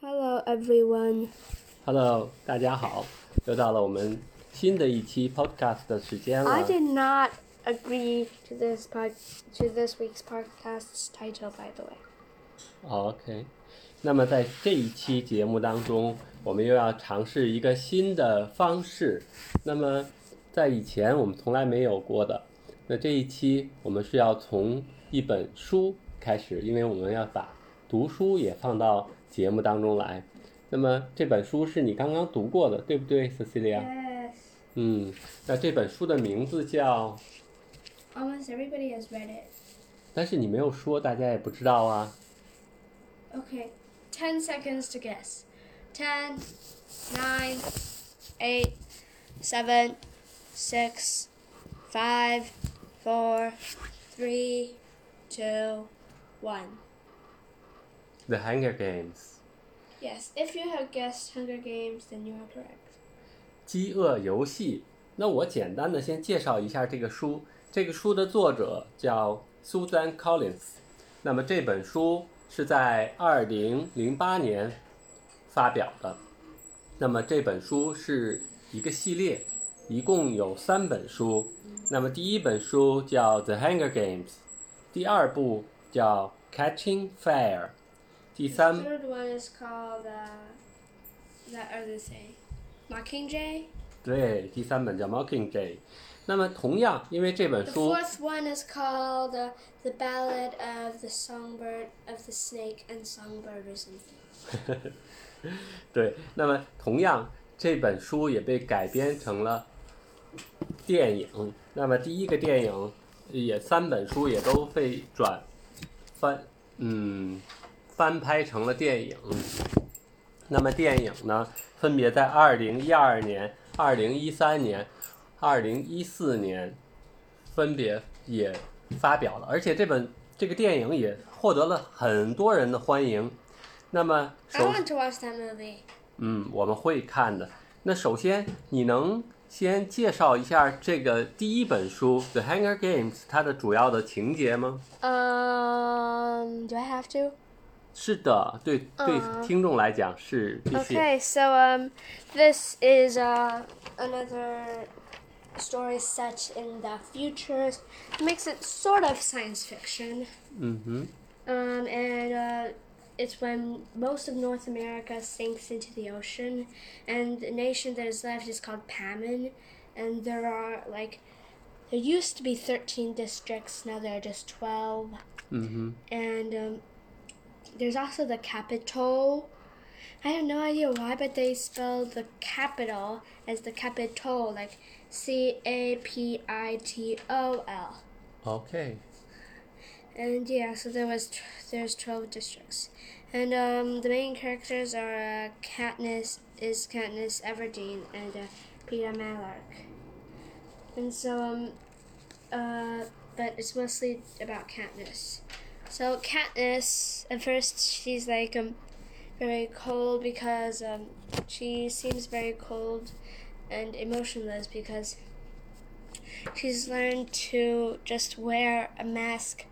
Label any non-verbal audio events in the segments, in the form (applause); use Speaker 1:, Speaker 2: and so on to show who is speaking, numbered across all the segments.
Speaker 1: Hello, everyone.
Speaker 2: Hello，大家好，又到了我们新的一期 podcast 的时
Speaker 1: I
Speaker 2: 间
Speaker 3: 啊
Speaker 2: 了。
Speaker 1: did not agree to this pod, to this week's podcast's title, by the way.
Speaker 2: OK，那么在这一期节目当中，我们又要尝试一个新的方式。那么在以前我们从来没有过的，那这一期我们是要从一本书开始，因为我们要把读书也放到节目当中来。那么这本书是你刚刚读过的，对不对，Cecilia？
Speaker 3: Yes.
Speaker 2: 嗯，那这本书的名字叫，
Speaker 3: Almost everybody has read it.
Speaker 2: 但是你没有说，大家也不知道啊。
Speaker 3: Okay. Ten seconds to guess. Ten, nine, eight, seven, six, five, four, three, two, one.
Speaker 2: The Hunger Games，
Speaker 3: Yes, if you have guessed Hunger Games, then you are correct.
Speaker 2: 饥饿游戏。那我简单的先介绍一下这个书，这个书的作者叫 Susan Collins。那么这本书是在二零零八年发表的。那么这本书是一个系列，一共有三本书。那么第一本书叫《The Hunger Games》，第二部叫《Catching Fire》，第
Speaker 3: The
Speaker 2: 三
Speaker 3: third one is called uh, that other thing, Mockingjay.
Speaker 2: 对，第三本叫《Mockingjay》。那么同样，因为这本
Speaker 3: The
Speaker 2: 书
Speaker 3: fourth one is called uh, The Ballad of the Songbird of the Snake and Songbird or something.
Speaker 2: (laughs) 对，那么同样这本书也被改编成了电影。那么第一个电影也三本书也都被转翻，嗯，翻拍成了电影。那么电影呢，分别在二零一二年、二零一三年、二零一四年分别也发表了，而且这本这个电影也获得了很多人的欢迎。那么
Speaker 3: I
Speaker 2: 首
Speaker 3: want to watch that movie.
Speaker 2: 嗯，我们会看的。那首先，你能先介绍一下这个第一本书《The Hunger Games》它的主要的情节吗？
Speaker 3: Um, do I have to?
Speaker 2: 是的，对
Speaker 3: 嗯
Speaker 2: 对，听众来讲是必须。
Speaker 3: Okay, so um, this is uh, another story set in the future. Makes it sort of science fiction.
Speaker 2: 嗯哼，
Speaker 3: Um, and uh, it's when most of North America sinks into the ocean, and the nation that is left is called Paman. And there are like, there used to be 13 districts, now there are just 12.
Speaker 2: 嗯
Speaker 3: And um, there's also the capital. I have no idea why, but they spell the capital as the capital, like C A P I T O L.
Speaker 2: 哼，OK，
Speaker 3: And yeah, so there was tw- there's twelve districts, and um, the main characters are uh, Katniss is Katniss Everdeen and uh, Peter Malark. And so um, uh, but it's mostly about Katniss. So Katniss at first she's like um, very cold because um, she seems very cold and emotionless because she's learned to just wear a mask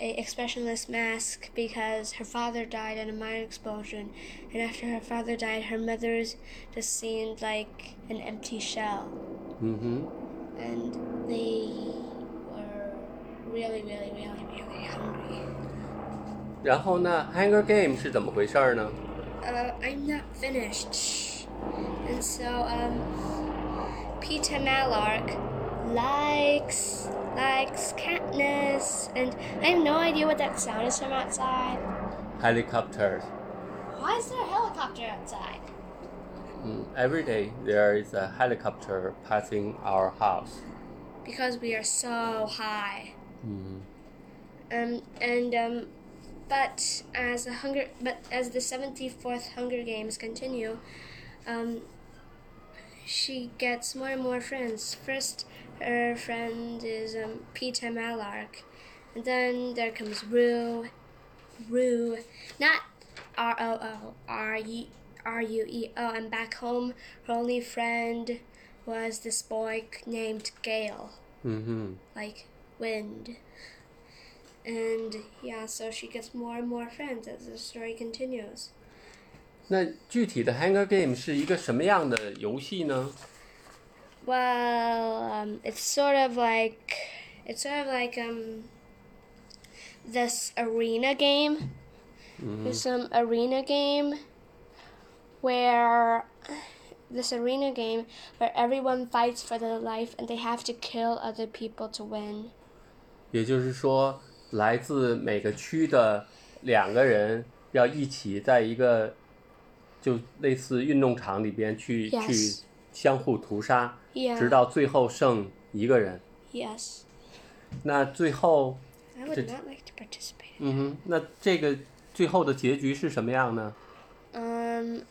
Speaker 3: a expressionless mask because her father died in a mine explosion, and after her father died, her mother's just seemed like an empty shell,
Speaker 2: 嗯哼。
Speaker 3: and they were really, really, really, really hungry.
Speaker 2: 然后呢，《Hunger Game》是怎么回事儿呢？
Speaker 3: Uh, I'm not finished, and so um, Peter Malark likes likes Katniss, and I have no idea what that sound is from outside.
Speaker 2: Helicopters.
Speaker 3: Why is there a helicopter outside?
Speaker 2: 嗯，Every day there is a helicopter passing our house.
Speaker 3: because we are so high.
Speaker 2: 嗯，
Speaker 3: Um, and um, but as the hunger, but as the seventy-fourth Hunger Games continue, um, she gets more and more friends. First, her friend is um, Peter Malark, and then there comes Rue, Rue, not R O O R E R U E O. And back home, her only friend was this boy named Gale
Speaker 2: 嗯哼。
Speaker 3: like wind. And yeah, so she gets more and more friends as the story continues.
Speaker 2: 那具体的《Hunger Game》是一个什么样的游戏呢？
Speaker 3: Well, um, it's sort of like it's sort of like um this arena game. There's some arena game where this arena game where everyone fights for their life and they have to kill other people to win.
Speaker 2: 也就是说，来自每个区的两个人要一起在一个就类似运动场里边去
Speaker 3: Yes.
Speaker 2: 去相互屠杀
Speaker 3: Yeah.
Speaker 2: 直到最后剩一个人。
Speaker 3: Yes.
Speaker 2: 那最后，
Speaker 3: I would
Speaker 2: Did-
Speaker 3: not like to participate.
Speaker 2: 嗯哼，那这个最后的结局是什么样呢？
Speaker 3: Um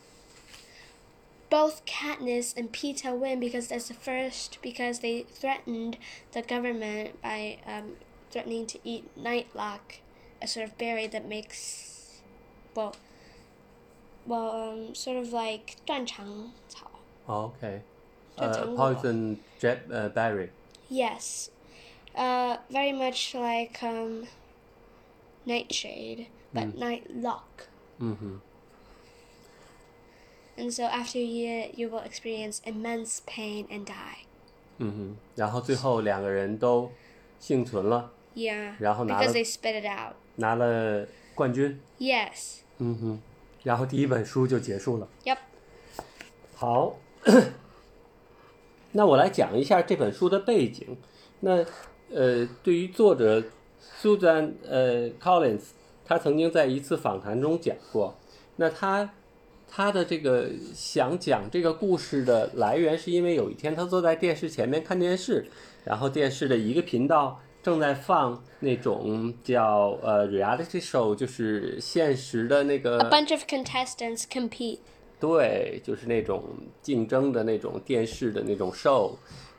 Speaker 3: both Katniss and Peeta win because that's the first because they threatened the government by um, threatening to eat Nightlock, a sort of berry that makes well well um, sort of like 断肠草.
Speaker 2: 哦 OK，
Speaker 3: 这
Speaker 2: 呃、
Speaker 3: 糖
Speaker 2: p
Speaker 3: 果
Speaker 2: o i s o n Jet 呃 Berry，
Speaker 3: Yes. Uh very much like um nightshade, but nightlock.
Speaker 2: 嗯哼，
Speaker 3: And so after a year you will experience immense pain and die.
Speaker 2: 嗯哼，然后最后两个人都幸存了，
Speaker 3: Yeah.
Speaker 2: 然后拿了-
Speaker 3: Because they spit it out.
Speaker 2: 拿了冠军，
Speaker 3: Yes.
Speaker 2: 嗯哼，然后第一本书就结束了。
Speaker 3: Yep.
Speaker 2: 好， (coughs) 那我来讲一下这本书的背景。那呃，对于作者 Susan 呃 Collins，她曾经在一次访谈中讲过，那她她的这个想讲这个故事的来源，是因为有一天她坐在电视前面看电视，然后电视的一个频道正在放那种叫呃 reality show，就是现实的那个
Speaker 3: A bunch of contestants compete.
Speaker 2: 对，就是那种竞争的那种电视的那种 show，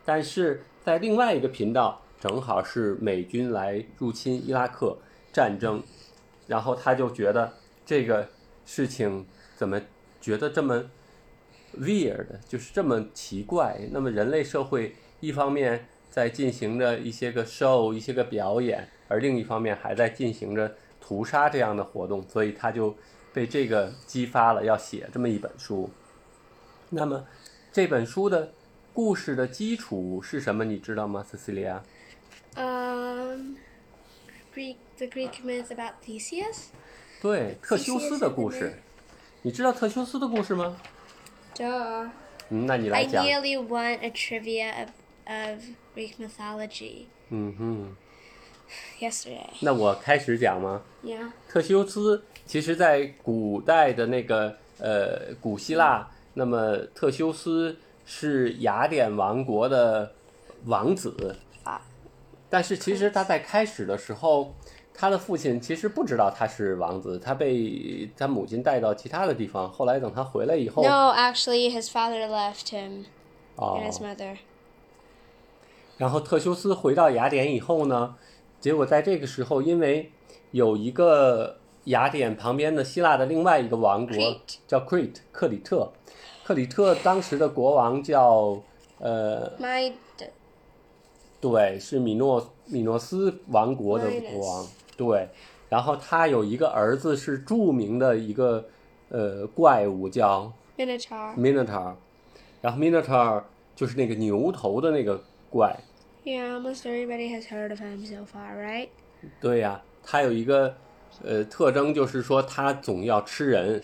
Speaker 2: 但是在另外一个频道正好是美军来入侵伊拉克战争，然后他就觉得这个事情怎么觉得这么 weird，就是这么奇怪。那么人类社会一方面在进行着一些个 show、一些个表演，而另一方面还在进行着屠杀这样的活动，所以他就被这个激发了，要写这么一本书。那么这本书的故事的基础是什么？你知道吗，c c i l i a
Speaker 3: Um, Greek, the Greek myth about Theseus.
Speaker 2: 对，特修斯的故
Speaker 3: 是什
Speaker 2: 事
Speaker 3: 么，
Speaker 2: 你知道特修斯的故事吗？
Speaker 3: Duh.
Speaker 2: 嗯，那你
Speaker 3: I
Speaker 2: 来讲。
Speaker 3: nearly won a trivia of, of Greek mythology
Speaker 2: 嗯哼，
Speaker 3: yesterday.
Speaker 2: 那我开始讲吗？
Speaker 3: Yeah.
Speaker 2: 特修斯其实，在古代的那个呃古希腊，那么特修斯是雅典王国的王子
Speaker 3: 啊。
Speaker 2: 但是其实他在开始的时候，他的父亲其实不知道他是王子，他被他母亲带到其他的地方。后来等他回来以后，
Speaker 3: No, actually, his father left him
Speaker 2: 哦
Speaker 3: and his mother.
Speaker 2: 然后特修斯回到雅典以后呢，结果在这个时候，因为有一个雅典旁边的希腊的另外一个王国
Speaker 3: Crete
Speaker 2: 叫 Crete 克里特，克里特当时的国王叫呃，
Speaker 3: My, d-
Speaker 2: 对，是米诺米诺斯王国的
Speaker 3: Minos
Speaker 2: 国王，对。然后他有一个儿子是著名的一个呃怪物叫
Speaker 3: Minotaur.
Speaker 2: Minotaur，然后 Minotaur 就是那个牛头的那个怪，
Speaker 3: Yeah, almost everybody has heard of him so far, right?
Speaker 2: 对呀、它有一个呃特征，就是说它总要吃人，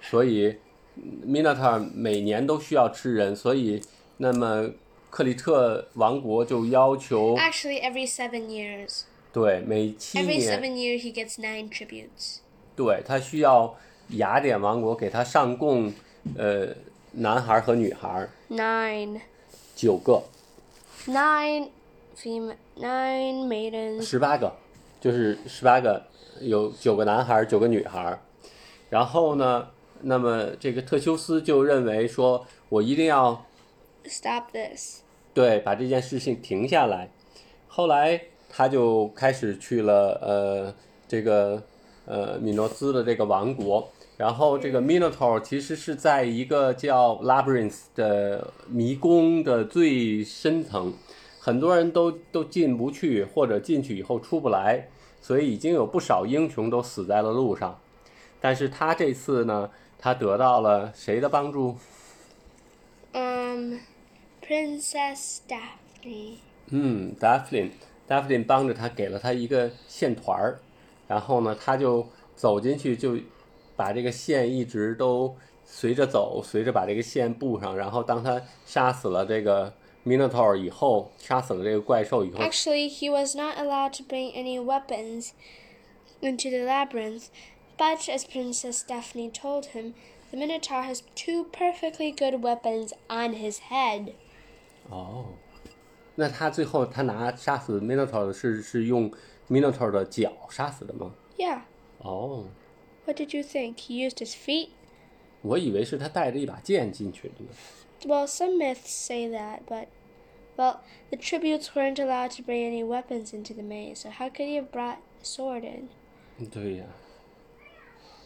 Speaker 2: 所以嗯 Minotaur 每年都需要吃人，所以那么克里特王国就要求
Speaker 3: Actually, every seven years.
Speaker 2: 对每七
Speaker 3: 哎 Every
Speaker 2: 年
Speaker 3: seven years, he gets nine tributes.
Speaker 2: 对他需要雅典王国给他上供呃男孩和女孩
Speaker 3: Nine.
Speaker 2: 九个
Speaker 3: Nine fem nine maidens.
Speaker 2: 十八个，就是十八个，有九个男孩儿，九个女孩儿。然后呢，那么这个特修斯就认为说，我一定要
Speaker 3: Stop this.
Speaker 2: 对把这件事情停下来。后来他就开始去了呃这个呃米诺斯的这个王国。然后这个 Minotaur 其实是在一个叫 Labyrinth 的迷宫的最深层，很多人都都进不去，或者进去以后出不来，所以已经有不少英雄都死在了路上。但是他这次呢，他得到了谁的帮助？
Speaker 3: Um, Princess Daphne.
Speaker 2: 嗯，Daphne，Daphne 帮着他，给了他一个线团儿，然后呢，他就走进去，就把这个线一直都随着走，随着把这个线布上。然后当他杀死了这个 Minotaur 以后，杀死了这个怪兽以后，
Speaker 3: Actually, he was not allowed to bring any weapons into the labyrinth, but as Princess Daphne told him, the Minotaur has two perfectly good weapons on his head.
Speaker 2: 哦，那他最后他拿杀死 Minotaur 的是是用 Minotaur 的脚杀死的吗？
Speaker 3: Yeah,
Speaker 2: 哦，
Speaker 3: what did you think? He used his feet?
Speaker 2: 我以为是他带着一把剑进去的呢。
Speaker 3: Well, some myths say that, but. Well, the tributes weren't allowed to bring any weapons into the maze, so how could he have brought a sword in?
Speaker 2: 嗯对呀、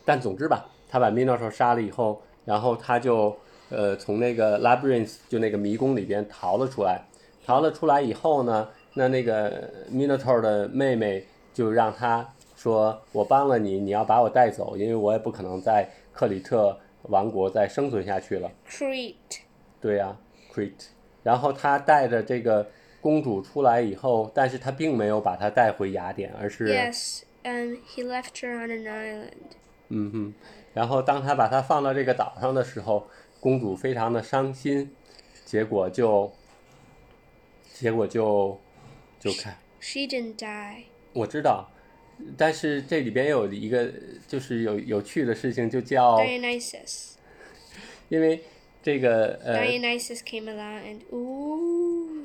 Speaker 2: 但总之吧，他把 Minotaur 杀了以后，然后他就呃从那个 labyrinth 就那个迷宫里边逃了出来。逃了出来以后呢，那那个 Minotaur 的妹妹就让他说：“我帮了你，你要把我带走，因为我也不可能在克里特王国再生存下去了。”
Speaker 3: Crete.
Speaker 2: 对呀、c r e t e 然后他带着这个公主出来以后，但是他并没有把她带回雅典，而是
Speaker 3: Yes, um, he left her on an island.
Speaker 2: 嗯哼，然后当他把它放到这个岛上的时候，公主非常的伤心，结果就，结果就，就看
Speaker 3: She didn't die.
Speaker 2: 我知道，但是这里边有一个就是有有趣的事情，就叫
Speaker 3: Dionysus.
Speaker 2: 因为这个呃，
Speaker 3: Dionysus came along and ooh.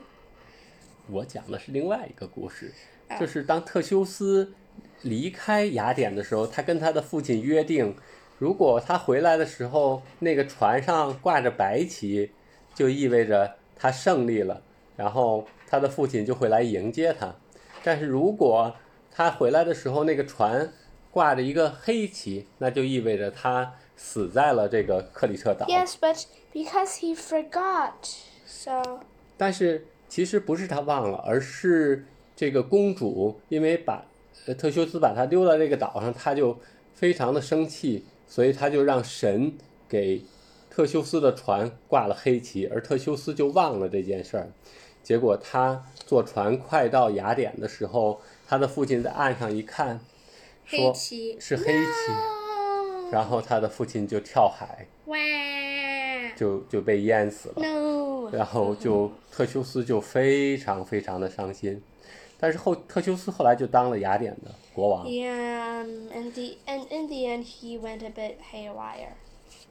Speaker 2: 我讲的是另外一个故事，就是当特修斯离开雅典的时候，他跟他的父亲约定，如果他回来的时候那个船上挂着白旗，就意味着他胜利了，然后他的父亲就会来迎接他。但是如果他回来的时候那个船挂着一个黑旗，那就意味着他死在了这个克里特岛。
Speaker 3: Yes, but because he forgot. So
Speaker 2: 但是其实不是他忘了，而是这个公主因为把呃特修斯把她丢到这个岛上，她就非常的生气，所以她就让神给特修斯的船挂了黑旗，而特修斯就忘了这件事儿。结果他坐船快到雅典的时候，他的父亲在岸上一看，说
Speaker 3: 黑旗
Speaker 2: 是黑旗，
Speaker 3: No.
Speaker 2: 然后他的父亲就跳海，
Speaker 3: Wah.
Speaker 2: 就就被淹死了。
Speaker 3: No.
Speaker 2: 然后就特修斯就非常非常的伤心，但是后特修斯后来就当了雅典的国王，
Speaker 3: Yeah, um, and the and in the end he went a bit haywire.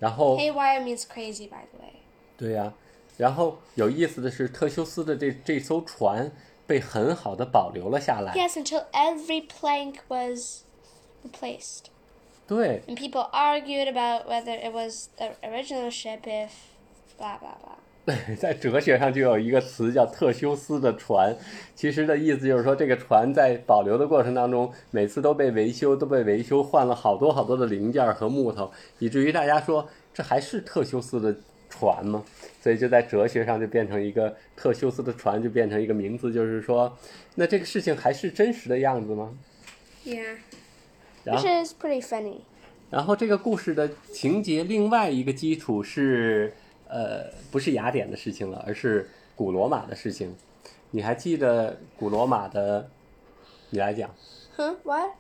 Speaker 2: 然后
Speaker 3: Haywire means crazy, by the way.
Speaker 2: 对呀、然后有意思的是特修斯的这这艘船被很好的保留了下来，
Speaker 3: Yes, until every plank was replaced.
Speaker 2: 对
Speaker 3: And people argued about whether it was the original ship if blah blah blah.
Speaker 2: (laughs) 在哲学上就有一个词叫特修斯的船，其实的意思就是说，这个船在保留的过程当中，每次都被维修，都被维修换了好多好多的零件和木头，以至于大家说这还是特修斯的船吗？所以就在哲学上就变成一个特修斯的船，就变成一个名词，就是说，那这个事情还是真实的样子吗？
Speaker 3: Yeah.
Speaker 2: 然
Speaker 3: Which
Speaker 2: 后，
Speaker 3: is pretty funny.
Speaker 2: 然后这个故事的情节另外一个基础是，呃，不是雅典的事情了，而是古罗马的事情。你还记得古罗马的？你来讲，
Speaker 3: Huh? What?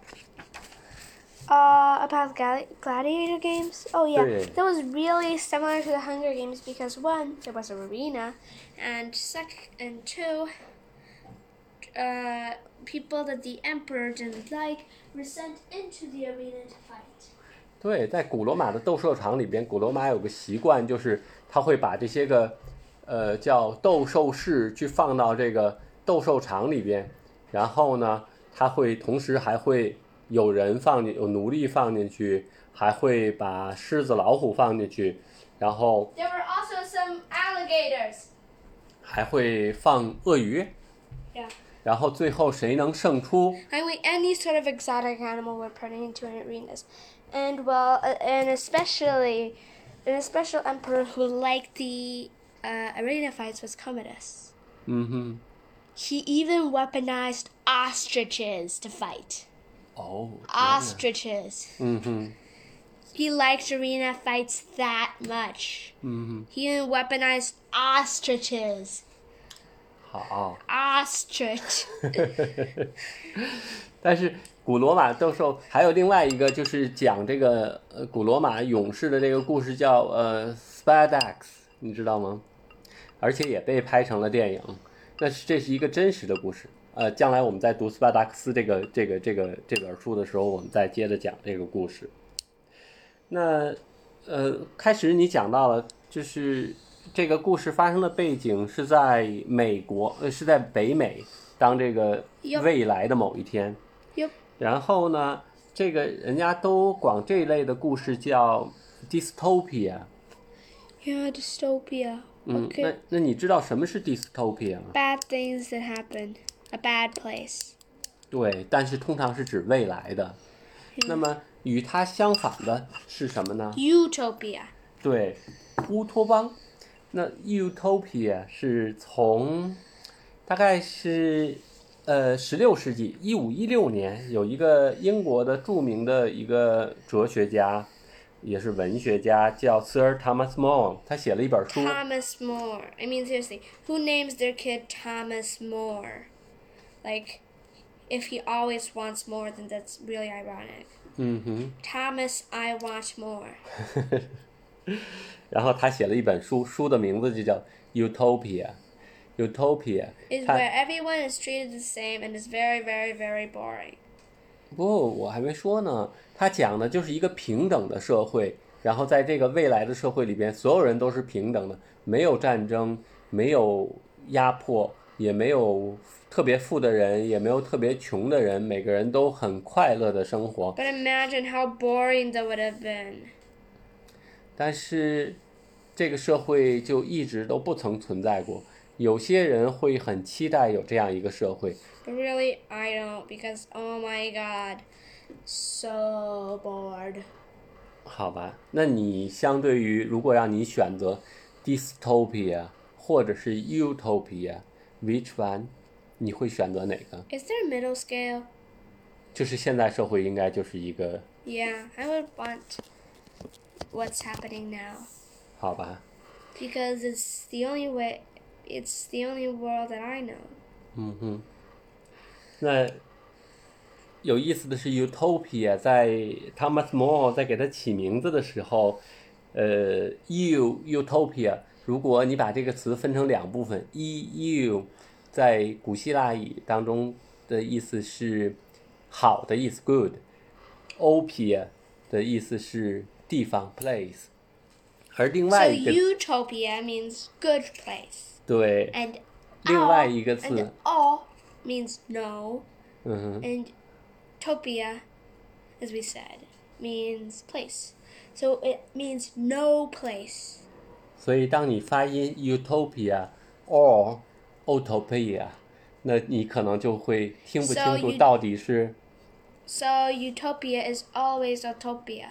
Speaker 3: Uh, about gal- gladiator games? Oh, yeah.
Speaker 2: Yeah.
Speaker 3: That was really similar to the Hunger Games because one, there was an arena, and sec- and two, uh, people that the emperor didn't like were sent into the arena to fight.
Speaker 2: 对，在古罗马的斗兽场里边，古罗马有个习惯，就是他会把这些个，呃，叫斗兽士去放到这个斗兽场里边，然后呢，他会同时还会有人放进，有奴隶放进去，还会把狮子、老虎放进去，然后
Speaker 3: There were also some alligators.
Speaker 2: 还会放鳄鱼，
Speaker 3: Yeah.
Speaker 2: 然后最后谁能胜出？
Speaker 3: I mean, any sort of exotic animal we're putting into an arenas, and well, uh, and especially, and a special emperor who liked the uh, arena fights was Commodus.
Speaker 2: 嗯哼，
Speaker 3: He even weaponized ostriches to fight.
Speaker 2: 哦，
Speaker 3: Ostriches.
Speaker 2: 嗯哼，
Speaker 3: He liked arena fights that much.
Speaker 2: 嗯，
Speaker 3: He even weaponized ostriches.
Speaker 2: 好。
Speaker 3: Ostrich.
Speaker 2: 但是古罗马斗兽还有另外一个，就是讲这个呃古罗马勇士的这个故事叫呃 Spartax，你知道吗？而且也被拍成了电影。那是这是一个真实的故事。呃，将来我们在读斯巴达克斯这个这个这个这本书的时候，我们再接着讲这个故事。那呃，开始你讲到了，就是这个故事发生的背景是在美国，呃，是在北美，当这个
Speaker 3: Yup
Speaker 2: 未来的某一天。
Speaker 3: Yup
Speaker 2: 然后呢，这个人家都管这类的故事叫 dystopia。
Speaker 3: Yeah, dystopia.
Speaker 2: 嗯
Speaker 3: Okay.
Speaker 2: 那那你知道什么是 dystopia 吗？
Speaker 3: Bad things that happen. A bad place.
Speaker 2: 对，但是通常是指未来的。那么与它相反的是什么呢？
Speaker 3: Utopia.
Speaker 2: 对，乌托邦。那 utopia 是从大概是呃十六世纪一五一六年，有一个英国的著名的一个哲学家，也是文学家，叫 Sir Thomas More，他写了一本书。
Speaker 3: Thomas More. I mean, seriously, who names their kid Thomas More? Like, if he always wants more, then that's really ironic.
Speaker 2: 嗯哼。
Speaker 3: Thomas, I want more.
Speaker 2: 然后他写了一本书，书的名字就叫《Utopia》。Utopia，
Speaker 3: Is
Speaker 2: 他
Speaker 3: where everyone is treated the same and is very, very, very boring.
Speaker 2: 不，我还没说呢。他讲的就是一个平等的社会，然后在这个未来的社会里边，所有人都是平等的，没有战争，没有压迫，也没有特别富的人，也没有特别穷的人，每个人都很快乐的生活。
Speaker 3: But imagine how boring that would have been.
Speaker 2: 但是这个社会就一直都不曾存在过。有些人会很期待有这样一个社会，
Speaker 3: But really, I don't, because oh my god, so bored.
Speaker 2: 好吧，那你相对于如果让你选择 dystopia 或者是 utopia，which one 你会选择哪个？
Speaker 3: Is there a middle scale?
Speaker 2: 就是现在社会应该就是一个
Speaker 3: Yeah, I would want what's happening now.
Speaker 2: 好吧，
Speaker 3: because it's the only way it's the only world that I know.
Speaker 2: 嗯哼。那有意思的是，utopia 在 Thomas More 在给它起名字的时候，呃，u utopia，如果你把这个词分成两部分，e u 在古希腊语当中的意思是好的意思，good，opia 的意思是地方 place，而另
Speaker 3: So
Speaker 2: 外一个
Speaker 3: utopia means good place
Speaker 2: 对
Speaker 3: and
Speaker 2: 另外
Speaker 3: all-
Speaker 2: 一个字
Speaker 3: and all means no
Speaker 2: 嗯哼。
Speaker 3: and topia as we said means place. So it means no place.
Speaker 2: 所以当你发音 utopia or utopia，那你可能就会听不
Speaker 3: So
Speaker 2: 清楚
Speaker 3: you-
Speaker 2: 到底是
Speaker 3: So utopia is always utopia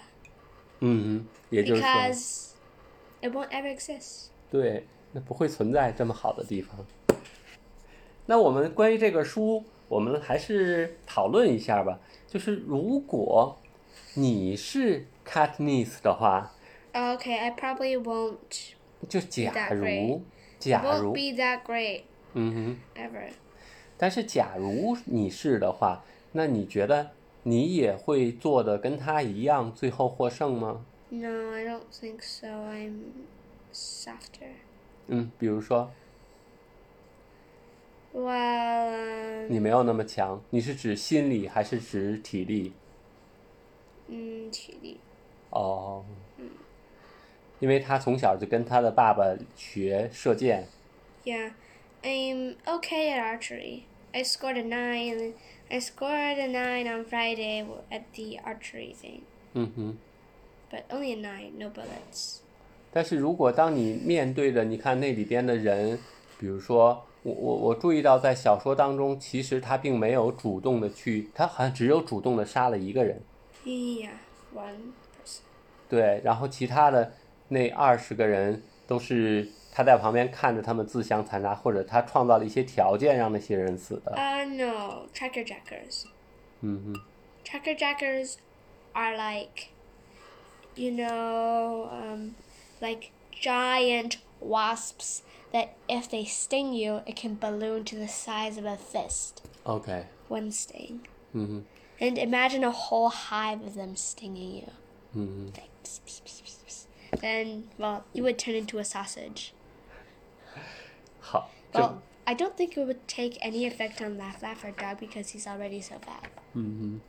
Speaker 2: 嗯哼，也就是说
Speaker 3: because it won't ever exist.
Speaker 2: 对，那不会存在这么好的地方。那我们关于这个书，我们还是讨论一下吧。就是如果你是 Katniss 的话，
Speaker 3: Okay, I probably won't
Speaker 2: 就假
Speaker 3: That great.
Speaker 2: 如，假
Speaker 3: won't
Speaker 2: 如，
Speaker 3: be that great
Speaker 2: 嗯哼。
Speaker 3: ever.
Speaker 2: 但是，假如你是的话，那你觉得你也会做的跟他一样，最后获胜吗？
Speaker 3: No, I don't think so. I'm softer.
Speaker 2: 嗯，比如说
Speaker 3: Well, um,
Speaker 2: 你没有那么强，你是指心理还是指体力？
Speaker 3: mm, cheating.
Speaker 2: 哦，因为他从小就跟他的爸爸学射箭，
Speaker 3: yeah, I'm okay at archery. I scored a nine. I scored a nine on Friday w- at the archery thing,
Speaker 2: 嗯哼。
Speaker 3: but only a nine, no bullets.
Speaker 2: 但是如果当你面对着你看那里边的人，比如说我我我注意到在小说当中，其实他并没有主动的去，他好像只有主动的杀了一个人。
Speaker 3: Yeah, one person.
Speaker 2: 对，然后其他的那二十个人都是他在旁边看着他们自相残杀，或者他创造了一些条件让那些人死的。
Speaker 3: Uh, no, tracker jackers.
Speaker 2: 嗯哼，
Speaker 3: Tracker jackers are like you know, um, like giant wasps that if they sting you, it can balloon to the size of a fist
Speaker 2: Okay.
Speaker 3: when sting.
Speaker 2: Mhm.
Speaker 3: And imagine a whole hive of them stinging you.
Speaker 2: Mhm.
Speaker 3: Like, pss, pss, pss, pss, pss. Then, well, you would turn into a sausage.
Speaker 2: 好，这
Speaker 3: Well, I don't think it would take any effect on Laugh Laugh or Doug because he's already so fat.
Speaker 2: 嗯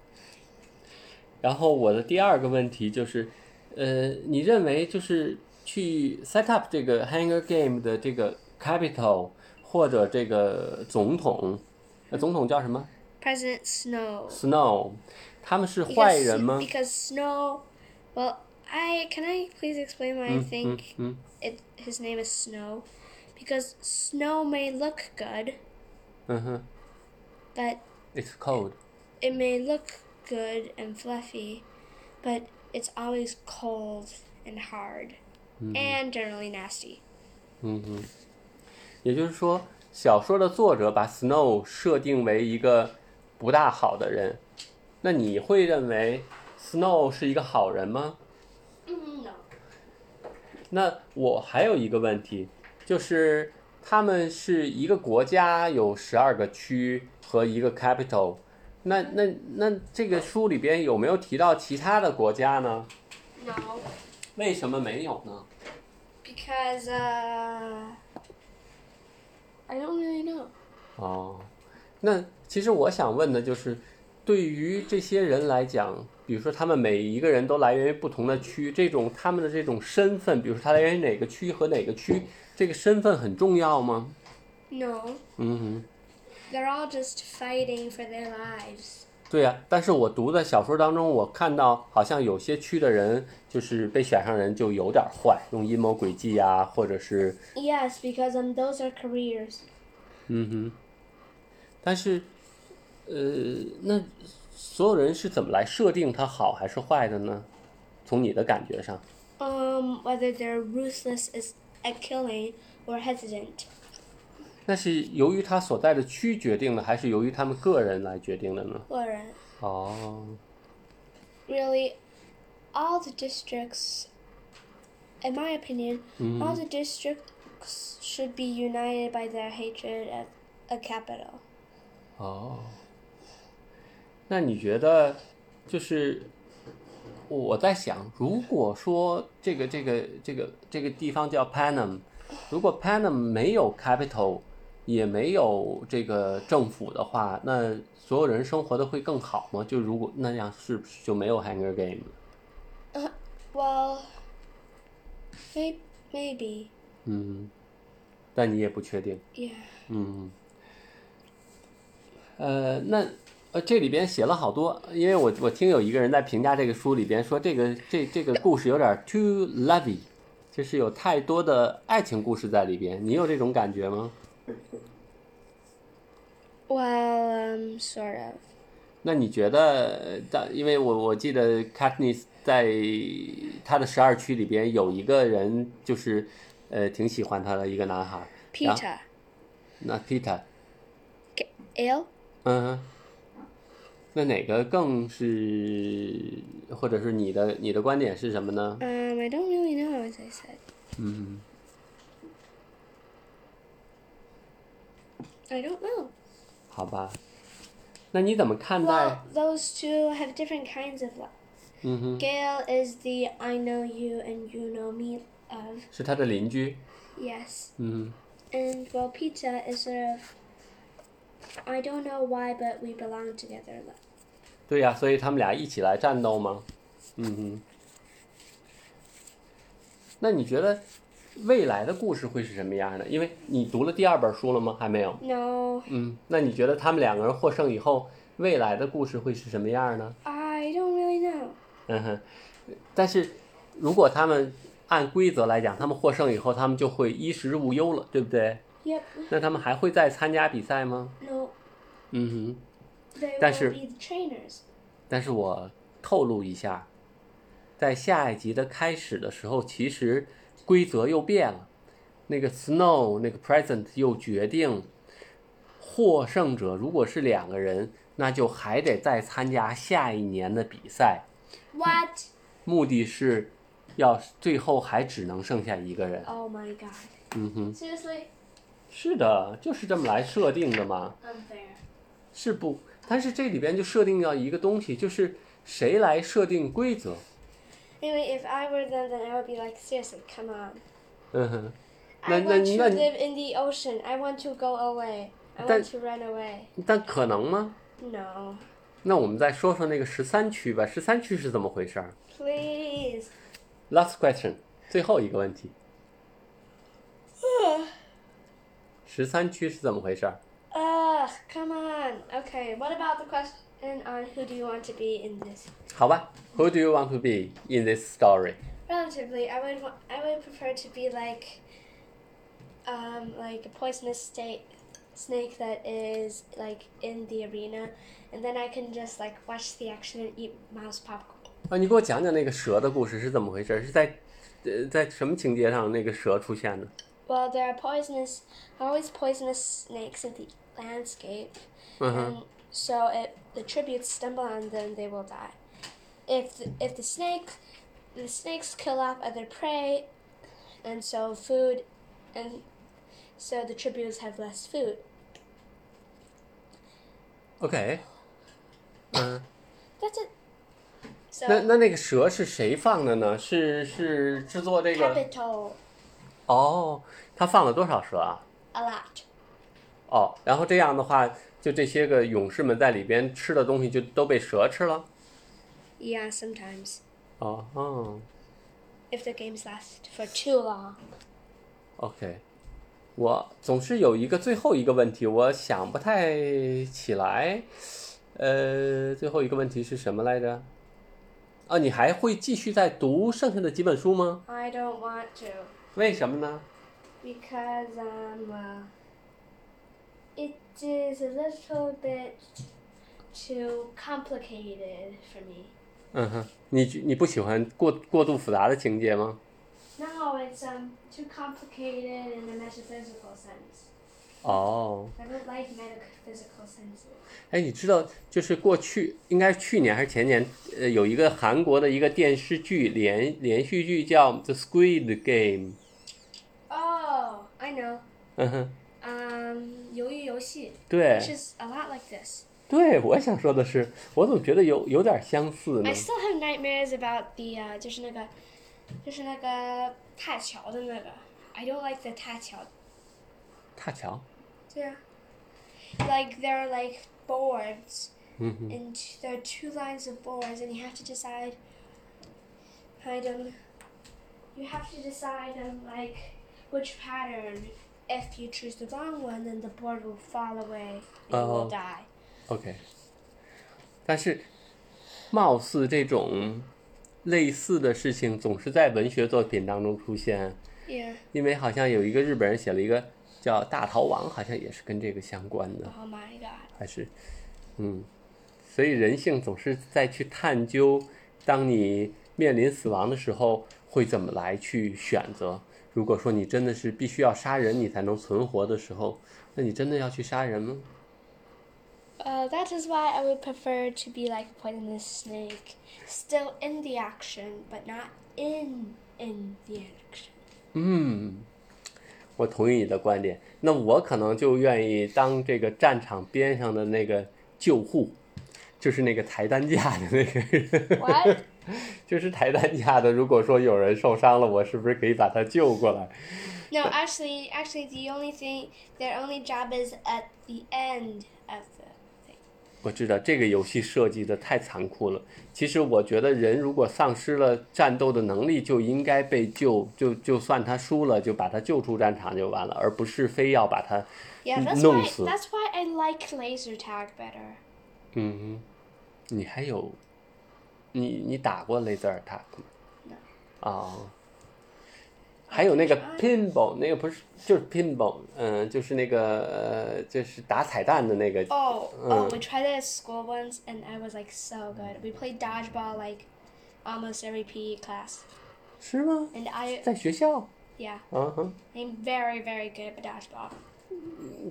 Speaker 2: 然后我的第二个问题就是，呃，你认为就是去 set up 这个 Hunger Game 的这个 capital 或者这个总统，呃，总统叫什么
Speaker 3: President Snow.
Speaker 2: ？Snow，他们是
Speaker 3: Because
Speaker 2: 坏人吗？
Speaker 3: Because Snow, well, I can I please explain why I
Speaker 2: 嗯
Speaker 3: think
Speaker 2: 嗯
Speaker 3: it his name is Snow, because Snow may look good,
Speaker 2: 嗯哼
Speaker 3: but
Speaker 2: ，It's cold。
Speaker 3: it may look good and fluffy, but it's always cold and hard, and generally nasty.
Speaker 2: 嗯也就是说，小说的作者把 Snow 设定为一个不大好的人，那你会认为 Snow 是一个好人吗？
Speaker 3: Mm, no.
Speaker 2: 那我还有一个问题，就是他们是一个国家有十二个区和一个 capital，那那那这个书里边有没有提到其他的国家呢？
Speaker 3: No.
Speaker 2: 为什么没有呢？
Speaker 3: Because uh, I don't really know.
Speaker 2: 哦，那其实我想问的就是，对于这些人来讲，比如说他们每一个人都来源于不同的区，这种他们的这种身份，比如说他来源于哪个区和哪个区，这个身份很重要吗？
Speaker 3: No,
Speaker 2: 嗯哼。
Speaker 3: they're all just fighting for their lives.
Speaker 2: 对呀、但是我读的小说当中，我看到好像有些区的人就是被选上人就有点坏，用阴谋诡计呀、或者是
Speaker 3: Yes, because um, those are careers.
Speaker 2: 嗯哼。但是，呃，那所有人是怎么来设定他好还是坏的呢？从你的感觉上，
Speaker 3: Um, whether they're ruthless is at killing or hesitant.
Speaker 2: 那是由于他所在的区决定的，还是由于他们个人来决定的呢？
Speaker 3: Or uh,
Speaker 2: 哦，
Speaker 3: really, all the districts, in my opinion, all the districts should be united by their hatred at a capital.
Speaker 2: 哦，那你觉得，就是我在想，如果说这个这个这个这个地方叫 Panem，如果 Panem 没有 capital，也没有这个政府的话，那所有人生活的会更好吗？就如果那样，是不是就没有 Hunger Game？了
Speaker 3: Well, may- maybe,
Speaker 2: 嗯，但你也不确定。
Speaker 3: yeah.
Speaker 2: 嗯，呃，那呃，这里边写了好多，因为我我听有一个人在评价这个书里边说，这个这这个故事有点 too lovey，就是有太多的爱情故事在里边。你有这种感觉吗？
Speaker 3: Well, um, sort of.
Speaker 2: 那你觉得，当因为我我记得 Katniss 在他的十二区里边有一个人，就是呃挺喜欢他的一个男孩，然后
Speaker 3: Peter.
Speaker 2: 那 Peter，
Speaker 3: K- Ale?
Speaker 2: 嗯，那哪个更是，或者是你的你的观点是什么呢？
Speaker 3: Um, I don't really know, as I said.
Speaker 2: Mhm.
Speaker 3: I don't know.
Speaker 2: 好吧，那你怎么看待
Speaker 3: Well,？those two have different kinds of love.
Speaker 2: 嗯哼，
Speaker 3: Gail is the I know you and you know me of.
Speaker 2: 是他的邻居。
Speaker 3: Yes.
Speaker 2: 嗯
Speaker 3: And, well, Peter is sort of. I don't know why, but we belong together. love.
Speaker 2: 哼，对呀、所以他们俩一起来战斗吗？嗯哼。那你觉得未来的故事会是什么样的？因为你读了第二本书了吗？还没有。
Speaker 3: No,
Speaker 2: 嗯，那你觉得他们两个人获胜以后，未来的故事会是什么样呢？
Speaker 3: I don't really know.
Speaker 2: 嗯哼，但是如果他们按规则来讲，他们获胜以后，他们就会衣食无忧了，对不对？
Speaker 3: Yep.
Speaker 2: 那他们还会再参加比赛吗？
Speaker 3: No,
Speaker 2: 嗯
Speaker 3: they
Speaker 2: Dasher.
Speaker 3: will be the trainers.
Speaker 2: 哼，但是我透露一下，在下一集的开始的时候，其实规则又变了。那个 Snow 那个 Present 又决定，获胜者如果是两个人，那就还得再参加下一年的比赛。
Speaker 3: What?
Speaker 2: 目的是要最后还只能剩下一个人。
Speaker 3: Oh my god.
Speaker 2: 嗯哼，
Speaker 3: Seriously?
Speaker 2: 是的，就是这么来设定的嘛。
Speaker 3: Unfair.
Speaker 2: 是不？但是这里边就设定要一个东西，就是谁来设定规则？
Speaker 3: Anyway, if I were them, then I would be like, seriously, come on.
Speaker 2: 嗯哼，
Speaker 3: I
Speaker 2: 那那
Speaker 3: want to
Speaker 2: 那，
Speaker 3: live in the ocean. I want to go away. I
Speaker 2: 但-
Speaker 3: want to run away.
Speaker 2: 但可能吗？
Speaker 3: No.
Speaker 2: 那我们再说说那个十三区吧，十三区是怎么回事儿
Speaker 3: Please.
Speaker 2: ？Last question，最后一个问题。十三区是怎么回事儿？
Speaker 3: Ugh, come on. Okay, what about the question on who do you want to be in this?
Speaker 2: 好吧，Who do you want to be in this story？
Speaker 3: Relatively, I would wa- I would prefer to be like um like a poisonous state snake that is like in the arena and then I can just like watch the action and eat mouse popcorn.
Speaker 2: 啊，你给我讲讲那个蛇的故事是怎么回事儿？是在呃在什么情节上那个蛇出现的？
Speaker 3: Well, there are poisonous always poisonous snakes in the landscape.
Speaker 2: 嗯哼。
Speaker 3: And so if the tributes stumble on them, they will die. If the, if the snake, the snakes kill off other prey, and so food, and so the tributes have less food.
Speaker 2: OK，嗯，
Speaker 3: That's it. So
Speaker 2: 那那那个蛇是谁放的呢？是是制作这个
Speaker 3: capital
Speaker 2: 哦，他放了多少蛇啊？
Speaker 3: a lot.
Speaker 2: 哦，然后这样的话，就这些个勇士们在里边吃的东西就都被蛇吃了。
Speaker 3: Yeah, sometimes
Speaker 2: 哦哦
Speaker 3: if the games last for too long.
Speaker 2: ，OK，我总是有一个最后一个问题，我想不太起来。呃，最后一个问题是什么来着？啊，你还会继续再读剩下的几本书吗？
Speaker 3: I don't want to
Speaker 2: 为什么呢？
Speaker 3: because um, well, it is a little bit too complicated for me.
Speaker 2: 嗯哼，你你不喜欢过过度复杂的情节吗？
Speaker 3: No, it's um too complicated in a metaphysical sense.
Speaker 2: 哦，
Speaker 3: I don't like metaphysical senses.
Speaker 2: 哎，你知道，就是过去应该是去年还是前年，呃，有一个韩国的一个电视剧连连续剧叫《The Squid Game》。
Speaker 3: Oh, I know.
Speaker 2: 嗯哼，
Speaker 3: Um, 鱿鱼游戏,
Speaker 2: 对
Speaker 3: which is a lot like this.
Speaker 2: 对，我想说的是，我总觉得有有点相似呢
Speaker 3: I。still have nightmares about the uh, 就是那个就是那个塔桥的那个. I don't like the 塔桥.
Speaker 2: 塔桥，
Speaker 3: Yeah. Like there are like boards
Speaker 2: 嗯哼，
Speaker 3: and t- there are two lines of boards and you have to decide kind of you have to decide on like which pattern if you choose the wrong one then the board will fall away and you
Speaker 2: Oh.
Speaker 3: will die
Speaker 2: OK，但是，貌似这种类似的事情总是在文学作品当中出现。
Speaker 3: yeah
Speaker 2: 因为好像有一个日本人写了一个叫《大逃亡》，好像也是跟这个相关的，
Speaker 3: oh my god
Speaker 2: 还是，嗯，所以人性总是在去探究，当你面临死亡的时候会怎么来去选择。如果说你真的是必须要杀人你才能存活的时候，那你真的要去杀人吗？
Speaker 3: uh, that is why i would prefer to be like a poisonous snake still in the action but not in in the action
Speaker 2: 嗯，我同意你的观点。那我可能就愿意当这个战场边上的那个救护，就是那个抬担架的那个人。 (laughs)
Speaker 3: (laughs) What?
Speaker 2: 就是抬担架的，如果说有人受伤了，我是不是可以把他救过来？
Speaker 3: No, actually, actually, the only thing, their only job is at the end of the thing.
Speaker 2: 我知道这个游戏设计的太残酷了。其实我觉得，人如果丧失了战斗的能力，就应该被救，就就算他输了，就把他救出战场就完了，而不是非要把他
Speaker 3: Yeah, that's
Speaker 2: No,
Speaker 3: why
Speaker 2: sir.
Speaker 3: that's why I like laser tag better.
Speaker 2: 嗯，你还有，你你打过雷泽尔塔克吗？哦，还有那个 pinball，那个不是就是 pinball，嗯、就是那个呃，就是打彩蛋的那个。
Speaker 3: Oh, oh, we tried it at school once, and I was like so good. We played dodgeball like almost every PE class,
Speaker 2: 是吗？
Speaker 3: and I
Speaker 2: 在学校？
Speaker 3: yeah,
Speaker 2: 嗯哼。
Speaker 3: I'm very very good at dodgeball.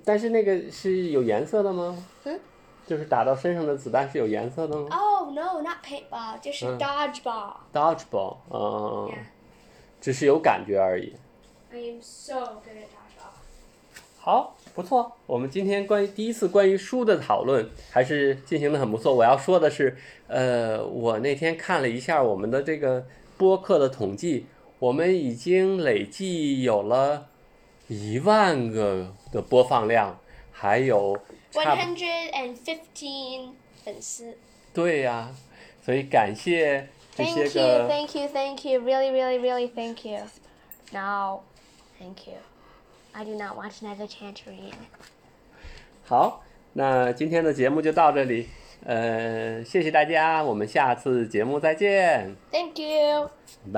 Speaker 2: 但是那个是有颜色的吗？
Speaker 3: 嗯，
Speaker 2: 就是打到身上的子弹是有颜色的吗
Speaker 3: Oh no, not paintball. Just
Speaker 2: Uh.
Speaker 3: dodgeball.
Speaker 2: ？Dodgeball，嗯、
Speaker 4: Yeah.
Speaker 2: 只是有感觉而已。
Speaker 4: I am so good at dodgeball.
Speaker 2: 好，不错。我们今天关于第一次关于书的讨论还是进行的很不错。我要说的是，呃，我那天看了一下我们的这个播客的统计，我们已经累计有了一万个的播放量，还有差不
Speaker 3: 115粉丝。
Speaker 2: 对呀、所以感谢这
Speaker 3: Thank
Speaker 2: 些
Speaker 3: you,
Speaker 2: 个
Speaker 3: thank you, thank you. Really, really, really thank you. No, thank you. I do not want another tangerine.
Speaker 2: 好。那今天的节目就到这里，呃，谢谢大家，我们下次节目再见。
Speaker 3: Thank you.